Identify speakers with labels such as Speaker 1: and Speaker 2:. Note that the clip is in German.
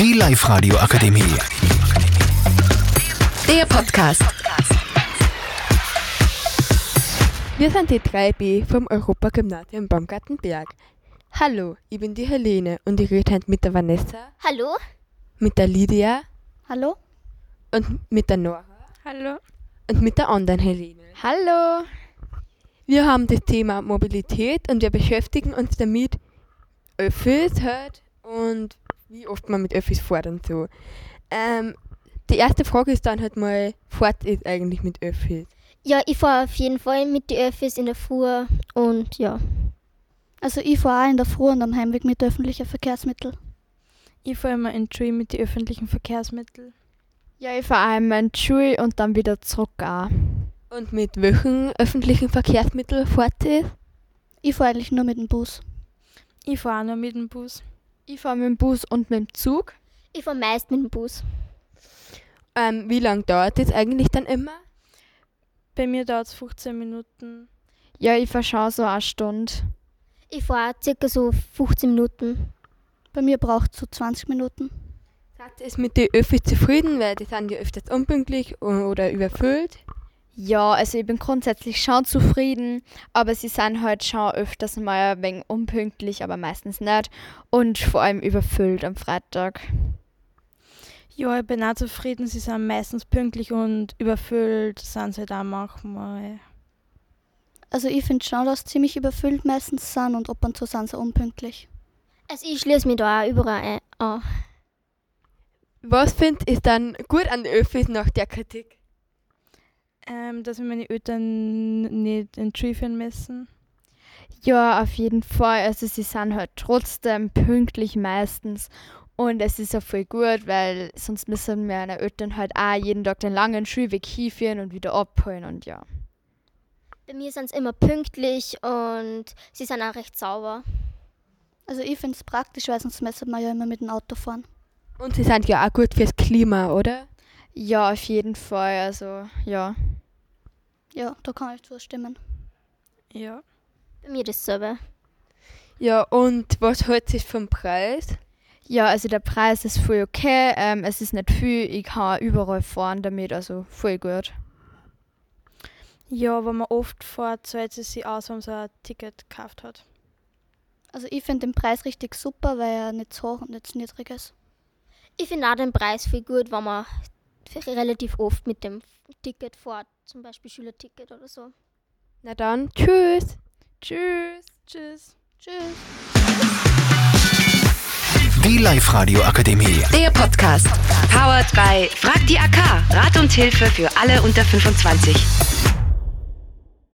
Speaker 1: Die Live-Radio Akademie.
Speaker 2: Der Podcast.
Speaker 3: Wir sind die 3b vom Europagymnasium Baumgartenberg. Hallo, ich bin die Helene und ich rede heute mit der Vanessa,
Speaker 4: Hallo?
Speaker 3: mit der Lydia
Speaker 4: Hallo?
Speaker 3: und mit der Nora
Speaker 5: Hallo.
Speaker 3: und mit der anderen Helene.
Speaker 5: Hallo.
Speaker 3: Wir haben das Thema Mobilität und wir beschäftigen uns damit, Öffis halt und wie oft man mit Öffis fährt und so. Ähm, die erste Frage ist dann halt mal, fährt ist eigentlich mit Öffis?
Speaker 4: Ja, ich fahre auf jeden Fall mit den Öffis in der Früh und ja.
Speaker 6: Also ich fahre auch in der Früh und dann Heimweg mit öffentlichen Verkehrsmitteln.
Speaker 5: Ich fahre immer in die Schule mit den öffentlichen Verkehrsmitteln. Ja, ich fahre einmal in die Schule und dann wieder zurück auch.
Speaker 3: Und mit welchen öffentlichen Verkehrsmitteln fährt ist?
Speaker 6: Ich fahre eigentlich nur mit dem Bus.
Speaker 5: Ich fahre auch noch mit dem Bus. Ich fahre mit dem Bus und mit dem Zug.
Speaker 4: Ich fahre meist mit dem Bus.
Speaker 3: Ähm, wie lange dauert das eigentlich dann immer?
Speaker 5: Bei mir dauert es 15 Minuten. Ja, ich fahre schon so eine Stunde.
Speaker 4: Ich fahre circa so 15 Minuten.
Speaker 6: Bei mir braucht es so 20 Minuten.
Speaker 3: Seid ihr mit den Öffis zufrieden, weil die sind ja öfters unpünktlich o- oder überfüllt?
Speaker 7: Ja, also ich bin grundsätzlich schon zufrieden, aber sie sind halt schon öfters mal ein wenig unpünktlich, aber meistens nicht und vor allem überfüllt am Freitag.
Speaker 5: Ja, ich bin auch zufrieden. Sie sind meistens pünktlich und überfüllt. Sind sie da manchmal.
Speaker 6: Also ich finde schon, dass sie ziemlich überfüllt meistens sind und ab und zu sind sie unpünktlich.
Speaker 4: Also ich schließe mich da auch überall ein- an.
Speaker 3: Was findet ihr dann gut an den Öffis nach der Kritik?
Speaker 5: Ähm, dass ich meine Eltern nicht in die Schule führen müssen.
Speaker 7: Ja, auf jeden Fall. Also sie sind halt trotzdem pünktlich meistens und es ist ja voll gut, weil sonst müssen meine Eltern halt auch jeden Tag den langen Schulweg hinführen und wieder abholen und ja.
Speaker 4: Bei mir sind sie immer pünktlich und sie sind auch recht sauber.
Speaker 6: Also ich finde es praktisch, weil sonst müsste man ja immer mit dem Auto fahren.
Speaker 3: Und sie sind ja auch gut fürs Klima, oder?
Speaker 7: Ja, auf jeden Fall. Also ja.
Speaker 6: Ja, da kann ich zustimmen.
Speaker 5: Ja.
Speaker 4: Bei mir dasselbe.
Speaker 3: Ja, und was hält sich vom Preis?
Speaker 7: Ja, also der Preis ist voll okay. Ähm, es ist nicht viel. Ich kann überall fahren damit, also voll gut.
Speaker 5: Ja, wenn man oft fährt, zahlt sie sich aus, wenn man so ein Ticket gekauft hat.
Speaker 6: Also ich finde den Preis richtig super, weil er nicht zu hoch und nicht zu niedrig ist.
Speaker 4: Ich finde auch den Preis viel gut, wenn man relativ oft mit dem Ticket fährt. Zum Beispiel Schülerticket oder so.
Speaker 3: Na dann, tschüss!
Speaker 7: Tschüss.
Speaker 5: Tschüss.
Speaker 6: Tschüss.
Speaker 1: Die Live-Radio Akademie.
Speaker 2: Der Podcast. Powered by Frag die AK. Rat und Hilfe für alle unter 25.